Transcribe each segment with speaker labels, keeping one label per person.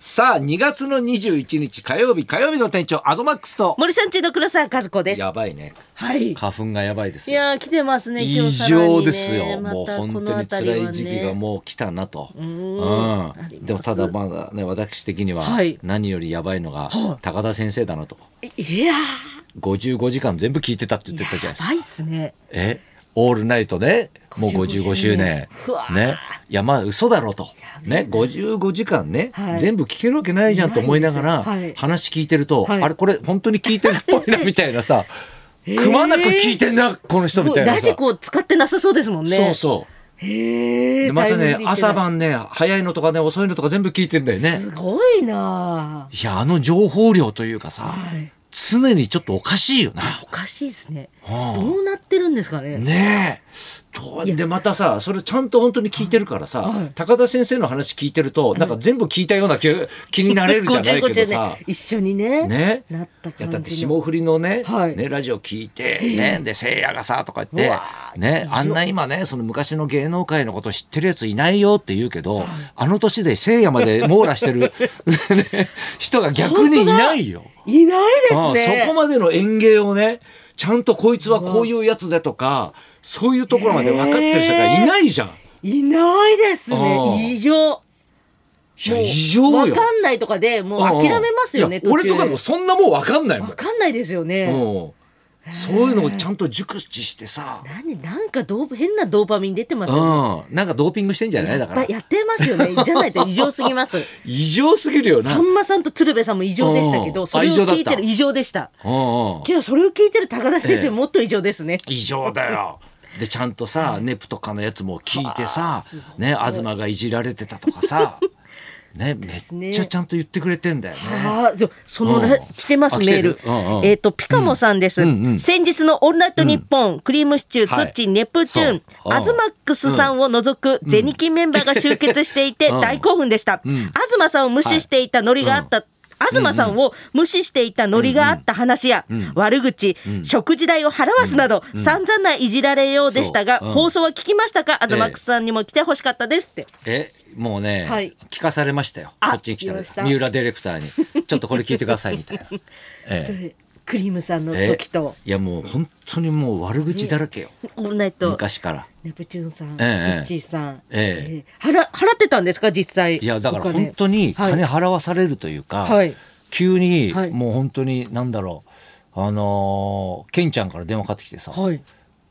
Speaker 1: さあ、2月の21日火曜日、火曜日の店長、アゾマックスと。
Speaker 2: 森さん中の黒沢和子です。
Speaker 1: やばいね。
Speaker 2: はい。い
Speaker 1: 花粉がやばいですよ。
Speaker 2: やー来てますね。今
Speaker 1: 異
Speaker 2: 日さらにね
Speaker 1: 常ですよ。
Speaker 2: ま
Speaker 1: もう
Speaker 2: たこ
Speaker 1: 本当に
Speaker 2: の辺りはね
Speaker 1: 辛い時期がもう来たなと。
Speaker 2: んあります
Speaker 1: でもただまだね、私的には
Speaker 2: はい
Speaker 1: 何よりやばいのが高田先生だなと。
Speaker 2: いや
Speaker 1: 55時間全部聞いてたって言
Speaker 2: ー
Speaker 1: ってたじゃないですか
Speaker 2: やばいっすね。
Speaker 1: えオールナイトねもう55
Speaker 2: 55
Speaker 1: 周
Speaker 2: 周
Speaker 1: 年
Speaker 2: 年うわー
Speaker 1: ねいやまあ嘘だろうとね55時間ね、
Speaker 2: はい
Speaker 1: 全部聞けるわけないじゃんと思いながら
Speaker 2: ないですよはい
Speaker 1: 話聞いてると、
Speaker 2: はい
Speaker 1: あれこれ本当に聞いてるっぽい なみたいなさ、
Speaker 2: ー
Speaker 1: くまなく聞いてんなこの人みたいな
Speaker 2: ラ
Speaker 1: さ
Speaker 2: ジ、コ使ってなさそうですもんね。
Speaker 1: そうそう
Speaker 2: う。へえ。
Speaker 1: でまた
Speaker 2: タイ
Speaker 1: ね
Speaker 2: ムフリーしてない
Speaker 1: 朝。晩ね早いのとかね遅いのとか全部聞いてんだよね
Speaker 2: すごいなー。
Speaker 1: いやあの情報量というかさ、
Speaker 2: はい
Speaker 1: 常にちょっとおかしいよな
Speaker 2: おかしいですね。
Speaker 1: はあ
Speaker 2: どうなってるんですかね。
Speaker 1: ねえどうでまたさそれちゃんと本当に聞いてるからさ、
Speaker 2: はい
Speaker 1: 高田先生の話聞いてるとなんか全部聞いたような気,、 気になれるじゃないけどさ
Speaker 2: ね。。一緒にね。
Speaker 1: ね
Speaker 2: なった
Speaker 1: いや
Speaker 2: 感
Speaker 1: だって
Speaker 2: じ
Speaker 1: 霜
Speaker 2: の。
Speaker 1: 降りのね,、
Speaker 2: はい
Speaker 1: ねラジオ聞いて、ね、でせいやがさとか言
Speaker 2: う
Speaker 1: っ
Speaker 2: わ
Speaker 1: て、ね、あんな今ねその昔の芸能界のこと知ってるやついないよって言うけど、あの年でせいやまで網羅してる、 ね、人が逆にいないよ。
Speaker 2: いないです
Speaker 1: ああそこ
Speaker 2: ね。
Speaker 1: までの演芸をねちゃんとこいつはこういうやつだとかそういうところまで分かってる人がいないじゃん。
Speaker 2: いないです
Speaker 1: ああ
Speaker 2: ね。異常。
Speaker 1: いや
Speaker 2: もう
Speaker 1: 異常
Speaker 2: わ
Speaker 1: よ。
Speaker 2: かんないとかでもう諦めますよね、
Speaker 1: うんうん
Speaker 2: 途中
Speaker 1: いや俺とかもそんなもう分かんないもん
Speaker 2: わ。かんないですよね、
Speaker 1: うんそういうのをちゃんと熟知してさ、
Speaker 2: 何なんかドーパ変なドーパミン出てますよね
Speaker 1: うん、なんかドーピングしてんじゃないだか
Speaker 2: や
Speaker 1: ら
Speaker 2: っぱやってます よねじゃないと異常すぎます
Speaker 1: 異常すぎるよな。
Speaker 2: さ
Speaker 1: うんうん
Speaker 2: まさんと鶴瓶さんも異常でしたけ
Speaker 1: うん
Speaker 2: どそれを聞いてる
Speaker 1: あ
Speaker 2: 異常でした
Speaker 1: ん
Speaker 2: けどそれを聞いてる高田先
Speaker 1: ええ
Speaker 2: 生もっと異常ですね、
Speaker 1: 異常だよ。でちゃんとさネプとかのやつも聞いて
Speaker 2: は
Speaker 1: さ
Speaker 2: あすご、い
Speaker 1: ね、東がいじられてたとか さね
Speaker 2: す
Speaker 1: め
Speaker 2: ね
Speaker 1: っちゃちゃんと言ってくれてんだよね。
Speaker 2: はあ、じゃその、
Speaker 1: うん
Speaker 2: 来てます
Speaker 1: あ来
Speaker 2: メ
Speaker 1: てる
Speaker 2: ール、
Speaker 1: うんうん
Speaker 2: えっ、とピカモさんです、
Speaker 1: うんうん
Speaker 2: 先日の「オールナイトニッポン」クリームシチュー、
Speaker 1: はい
Speaker 2: ツッチーネプチューン
Speaker 1: そううん
Speaker 2: アズマックスさんを除くゼニキンメンバーが集結していて
Speaker 1: うん
Speaker 2: 大興奮でした、
Speaker 1: ん
Speaker 2: 東さんを無視していたノリがあった、東さんを無視していたノリがあった話や、悪口、食事代を払わすなど、散々ないじられようでしたが、
Speaker 1: そううん
Speaker 2: 放送は聞きましたかアズマックスさんにも来てほしかったですって、
Speaker 1: えもうね、
Speaker 2: はい
Speaker 1: 聞かされましたよこ
Speaker 2: あ
Speaker 1: っちに来たら
Speaker 2: 聞きました
Speaker 1: 三浦ディレクターに「ちょっとこれ聞いてください」みたい な。え
Speaker 2: それクリームさんの
Speaker 1: ええ
Speaker 2: 時と、
Speaker 1: いやもう本当にもう悪口だらけよ、
Speaker 2: オールナイト
Speaker 1: 昔から。
Speaker 2: ネプチューンさん、
Speaker 1: ええ
Speaker 2: ズッチーさん、
Speaker 1: ええ
Speaker 2: え払払ってたんですか実際。
Speaker 1: いやだから
Speaker 2: お金
Speaker 1: 本当に
Speaker 2: はい
Speaker 1: 金払わされるというか、
Speaker 2: はい
Speaker 1: 急に
Speaker 2: はい
Speaker 1: もう本当になんだろう、あのーケンちゃんから電話かかってきてさ、
Speaker 2: はい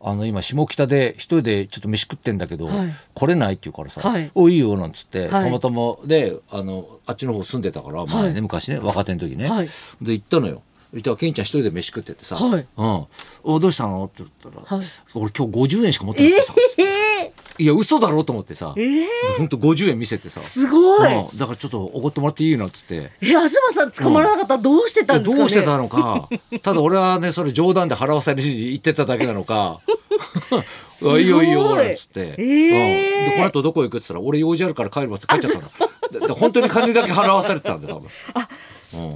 Speaker 1: あの今下北で一人でちょっと飯食ってんだけど、
Speaker 2: はい
Speaker 1: 来れないって言うからさ「
Speaker 2: はい
Speaker 1: おいいよ」なんつって、
Speaker 2: はい
Speaker 1: たまたまであのあっちの方住んでたから前ね、
Speaker 2: はい
Speaker 1: 昔ね若手の時ね、
Speaker 2: はい
Speaker 1: で行ったのよ。そしたらケンちゃん一人で飯食っててさ「
Speaker 2: はい
Speaker 1: うん、おどうしたの?」って言ったら、
Speaker 2: はい
Speaker 1: 俺今日50円しか持っ
Speaker 2: え
Speaker 1: てなくてさ
Speaker 2: え
Speaker 1: いや嘘だろ」と思ってさ、
Speaker 2: ええ
Speaker 1: ほんと50円見せてさ
Speaker 2: すごい。
Speaker 1: うんだからちょっと怒ってもらっていいなっつって。
Speaker 2: え東さん捕まらなかったらどうしてたんですかね。
Speaker 1: どうしてたの かただ俺はねそれ冗談で払わされに行ってただけなの かいやいいよいいよなんつって、
Speaker 2: え
Speaker 1: う
Speaker 2: ー
Speaker 1: ん、でこの後どこ行くっつったら俺用事あるから帰るわって帰っちゃったのだだから本当に金だけ払わされてたんで多 分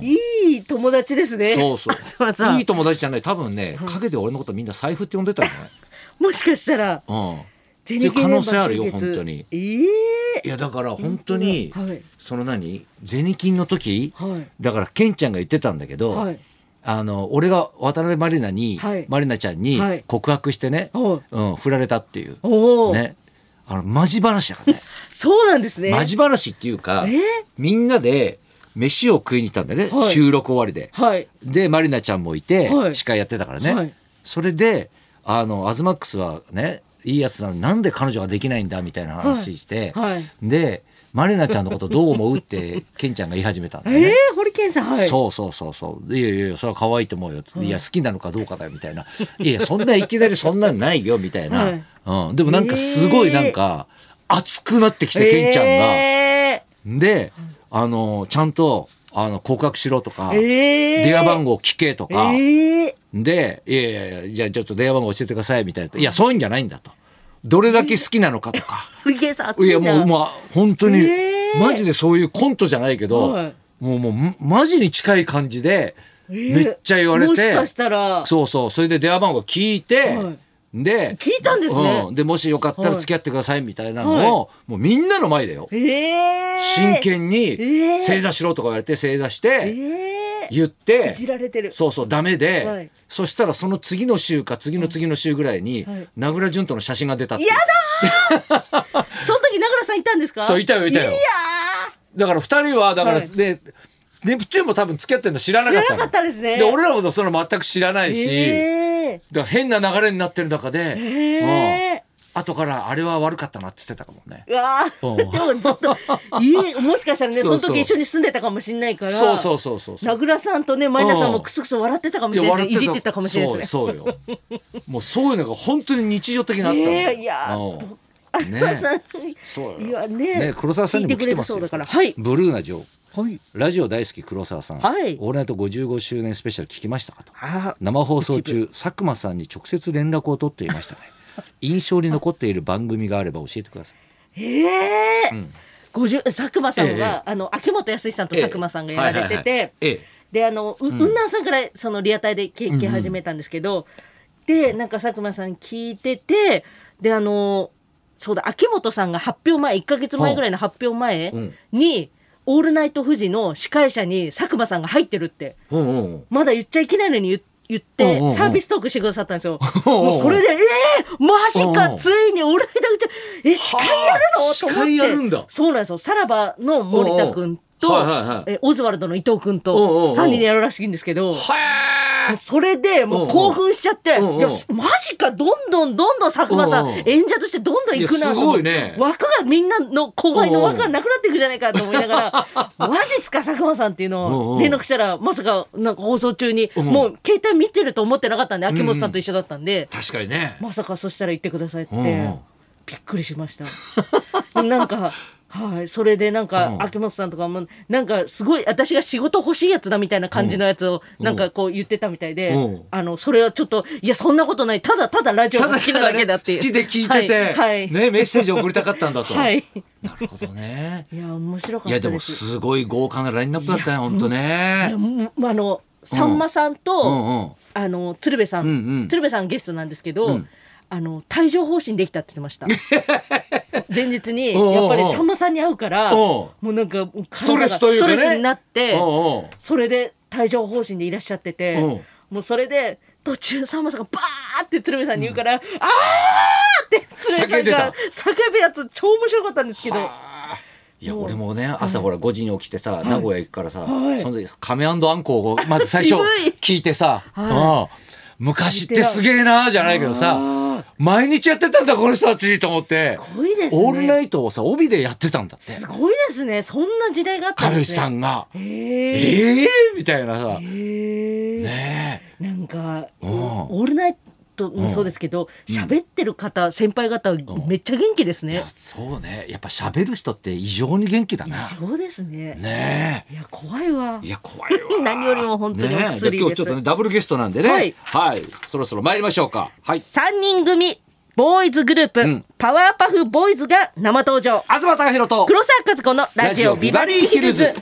Speaker 2: いい友達ですね。
Speaker 1: そうそ
Speaker 2: 東さ
Speaker 1: うんいい友達じゃない多分ね陰で俺のことみんな財布って呼んでたんじゃない
Speaker 2: もしかしたら
Speaker 1: うん
Speaker 2: ゼニゲメンバー
Speaker 1: っていう可能性あるよ
Speaker 2: 集結
Speaker 1: 本当に
Speaker 2: ええ
Speaker 1: いやだから本当に、
Speaker 2: 本当だはい
Speaker 1: その何銭金の時、
Speaker 2: はい
Speaker 1: だからケンちゃんが言ってたんだけど、
Speaker 2: はい
Speaker 1: あの俺が渡辺満里奈に、
Speaker 2: はい
Speaker 1: 満里奈ちゃんに
Speaker 2: はい
Speaker 1: 告白してね、
Speaker 2: はい
Speaker 1: うん、振られたっていう、
Speaker 2: おお、
Speaker 1: ね、あのマジ話だからね
Speaker 2: そうなんですね。
Speaker 1: マジ話っていうか、
Speaker 2: えー
Speaker 1: みんなで飯を食いに行ったんだよね、
Speaker 2: はい
Speaker 1: 収録終わりで。
Speaker 2: はい。
Speaker 1: でまりなちゃんもいて、
Speaker 2: はい
Speaker 1: 司会やってたからね、
Speaker 2: はい
Speaker 1: それであのアズマックスはねいいやつなのになんで彼女ができないんだみたいな話して、
Speaker 2: はいはい
Speaker 1: でまりなちゃんのことどう思うってケンちゃんが言い始めたんだ
Speaker 2: え
Speaker 1: よね。
Speaker 2: え堀健さんはい。
Speaker 1: そうそうそうそういやいやいやそれは可愛いと思うよ、い、や好きなのかどうかだよみたいないやそんないきなりそんなんないよみたいな、
Speaker 2: はい
Speaker 1: うん、でもなんかすごいなんか熱くなってきて、ケンちゃんが。
Speaker 2: え
Speaker 1: であのちゃんとあの告白しろとか、
Speaker 2: えええ
Speaker 1: 電話番号聞けとか、
Speaker 2: ええ
Speaker 1: で、いやいやいや、じゃあちょっと電話番号教えてくださいみたいな。いや、そういうんじゃないんだと。どれだけ好きなのかとか。
Speaker 2: 堀健さん熱
Speaker 1: い
Speaker 2: い
Speaker 1: や、
Speaker 2: な
Speaker 1: もう、まあ、本当に、
Speaker 2: えー
Speaker 1: マジでそういうコントじゃないけど、
Speaker 2: はい
Speaker 1: もう、もう、まマジに近い感じで、
Speaker 2: ええ
Speaker 1: めっちゃ言われて、
Speaker 2: もしかしたら
Speaker 1: そうそう、それで電話番号聞いて、
Speaker 2: はい
Speaker 1: で
Speaker 2: 聞いたんですね
Speaker 1: うんでもしよかったら付き合ってくださいみたいなのを、もうみんなの前だよ
Speaker 2: ええ
Speaker 1: 真剣に
Speaker 2: えー
Speaker 1: 正座しろとか言われて正座して
Speaker 2: ええ
Speaker 1: 言って
Speaker 2: いじられてる
Speaker 1: そうそうダメで、
Speaker 2: はい
Speaker 1: そしたらその次の週か次の次の週ぐらいに、
Speaker 2: はい
Speaker 1: 名倉潤との写真が出たって
Speaker 2: やその時名倉さんいたんですか
Speaker 1: そういたよいたよ
Speaker 2: いや
Speaker 1: だから二人はだから、
Speaker 2: はい
Speaker 1: でネプチューンも多分付き合ってるの知らなかったの
Speaker 2: 知らなかったですね
Speaker 1: で俺らのことその全く知らない
Speaker 2: ー
Speaker 1: し、
Speaker 2: え
Speaker 1: だから変な流れになってる中で、
Speaker 2: え
Speaker 1: うん
Speaker 2: え
Speaker 1: 後からあれは悪かったなって言ってたかもね
Speaker 2: えうわあで
Speaker 1: うん
Speaker 2: もずっといいもしかしたらね
Speaker 1: そ
Speaker 2: そう
Speaker 1: そう
Speaker 2: の時一緒に住んでたかもしれないから
Speaker 1: そうそうそうそうそう
Speaker 2: 名倉さんとねマリナさん
Speaker 1: う
Speaker 2: も
Speaker 1: ん
Speaker 2: クスクス笑ってたかもしれないですねいじってたかもしれないですね
Speaker 1: そうそうよもうそういうのが本当に日常的にあったの、
Speaker 2: ええいやー
Speaker 1: うん
Speaker 2: ど
Speaker 1: ねそうよ
Speaker 2: いやね
Speaker 1: 黒沢さんにも来てますよ
Speaker 2: 聞いてくれるそうだからはい
Speaker 1: ブルーな情
Speaker 2: はい
Speaker 1: ラジオ大好き黒沢さん、
Speaker 2: はい
Speaker 1: オールナイト55周年スペシャル聞きましたかと
Speaker 2: あ
Speaker 1: 生放送中佐久間さんに直接連絡を取っていました ね印象に残っている番組があれば教えてください
Speaker 2: ええ50佐久間さん
Speaker 1: え
Speaker 2: は、あの秋元康さんと佐久間さんがやられてて、
Speaker 1: はいはいはいええ
Speaker 2: であの、ううんなんさんからそのリアタイで聞き始めたんですけど、でなんか佐久間さん聞いててであのそうだ秋元さんが発表前1か月前ぐらいの発表前
Speaker 1: うん
Speaker 2: に「オールナイトフジ」の司会者に佐久間さんが入ってるって
Speaker 1: うんうんうん
Speaker 2: まだ言っちゃいけないのに言言っ
Speaker 1: おうおうお
Speaker 2: て
Speaker 1: う
Speaker 2: サービストークしてくださったんですよ。
Speaker 1: おうおう
Speaker 2: もうそれで「えー、マジ
Speaker 1: おうお
Speaker 2: か
Speaker 1: う
Speaker 2: ついにオールナイトフジ」え司会や
Speaker 1: は
Speaker 2: る
Speaker 1: あ
Speaker 2: のと思って
Speaker 1: 司会やるんだ
Speaker 2: そうなんですよさらばの森田君と、
Speaker 1: おうおうはいはいはい
Speaker 2: えオズワルドの伊藤君
Speaker 1: おうおうお
Speaker 2: と
Speaker 1: う
Speaker 2: 3人でやるらしいんですけど。
Speaker 1: はあ
Speaker 2: それで
Speaker 1: お
Speaker 2: も
Speaker 1: うお
Speaker 2: う
Speaker 1: う
Speaker 2: 興奮しちゃって、
Speaker 1: おうおう
Speaker 2: いやマジかどんどんどんどん佐久間さん
Speaker 1: おうおう
Speaker 2: 演者としてどんどん行く
Speaker 1: いや
Speaker 2: な
Speaker 1: す
Speaker 2: と
Speaker 1: ご
Speaker 2: 思
Speaker 1: い
Speaker 2: っ
Speaker 1: ね
Speaker 2: て枠がみんなの後輩
Speaker 1: お
Speaker 2: の
Speaker 1: うおう
Speaker 2: 枠がなくなっていくじゃないかと思いなが らマジっすか佐久間さんっていう
Speaker 1: おう
Speaker 2: の
Speaker 1: お
Speaker 2: を
Speaker 1: う
Speaker 2: 連絡したらまさかなんか放送中に
Speaker 1: おう
Speaker 2: もう携帯見てると思ってなかったんで秋元さんと一緒だったんで、
Speaker 1: 確かにね
Speaker 2: まさかそしたら行ってくださいって
Speaker 1: おうおう
Speaker 2: びっくりしました なんかはいそれでなん
Speaker 1: う
Speaker 2: か
Speaker 1: ん
Speaker 2: 秋元さんとかもなんかすごい私が仕事欲しいやつだみたいな感じのやつをなんかこう言ってたみたいで
Speaker 1: うん
Speaker 2: あのそれはちょっといやそんなことないただただラジオ
Speaker 1: た
Speaker 2: が好
Speaker 1: だた
Speaker 2: きな
Speaker 1: だ
Speaker 2: だ
Speaker 1: ね
Speaker 2: けだっていう
Speaker 1: 好きで聞いてて、
Speaker 2: はいはい
Speaker 1: ね、メッセージを送りたかったんだと、
Speaker 2: はい
Speaker 1: なるほどね
Speaker 2: いや面白か
Speaker 1: い
Speaker 2: った
Speaker 1: やでも
Speaker 2: です
Speaker 1: すごい豪華なラインナップだったね本当
Speaker 2: いや
Speaker 1: ね
Speaker 2: もうあのさんまさんと、
Speaker 1: うんうん
Speaker 2: あの鶴瓶さ
Speaker 1: う
Speaker 2: ん、
Speaker 1: んうん
Speaker 2: 鶴瓶さんゲストなんですけど、
Speaker 1: うん
Speaker 2: あの帯状疱疹できたって言って ました前日に
Speaker 1: おうおうおう
Speaker 2: やっぱりさんまさんに会うから
Speaker 1: お
Speaker 2: もうなんか
Speaker 1: ストレスというかね
Speaker 2: 体がストレスになって
Speaker 1: おうおう
Speaker 2: それで帯状疱疹でいらっしゃってて
Speaker 1: おう
Speaker 2: もうそれで途中さんまさんがバーって鶴瓶さんに言うから、あーって鶴
Speaker 1: 叫んで
Speaker 2: 瓶さん
Speaker 1: た
Speaker 2: が叫ぶやつ超面白かったんですけど
Speaker 1: いや俺もね朝ほら5時に起きてさ、名古屋行くからさ、
Speaker 2: はい
Speaker 1: その時亀アンコをまず最初
Speaker 2: 渋い
Speaker 1: 聞いてさ、うん昔ってすげえなーじゃないけど
Speaker 2: あ
Speaker 1: さ
Speaker 2: ー
Speaker 1: 毎日やってたんだこの人たちと思って
Speaker 2: すごいですね
Speaker 1: オールナイトをさ帯でやってたんだって
Speaker 2: すごいですねそんな時代があったん
Speaker 1: 亀
Speaker 2: で
Speaker 1: 吉
Speaker 2: すね
Speaker 1: さんが
Speaker 2: へ
Speaker 1: 「え
Speaker 2: ー
Speaker 1: ー、みたいなさ
Speaker 2: へー
Speaker 1: ねえ
Speaker 2: なんか、
Speaker 1: うん
Speaker 2: オールナイトもそうですけど、喋ってる方、先輩方、めっちゃ元気です
Speaker 1: い
Speaker 2: ね
Speaker 1: や。そうねやっぱ喋る人って異常に元気だな
Speaker 2: そうですね。
Speaker 1: ねえ
Speaker 2: いや、怖いわ
Speaker 1: い。や怖いわ
Speaker 2: 何よりも本当にお
Speaker 1: ねえじゃあ
Speaker 2: 薬
Speaker 1: 今
Speaker 2: で
Speaker 1: 日ちょっとね
Speaker 2: す。
Speaker 1: ダブルゲストなんでね
Speaker 2: はい
Speaker 1: はい、そろそろ参りましょうかはい
Speaker 2: 三人組、ボーイズグループ、
Speaker 1: ん
Speaker 2: パワーパフボーイズが生登場。
Speaker 1: 東隆弘と
Speaker 2: 黒沢和子のラジオビバリーヒルズ。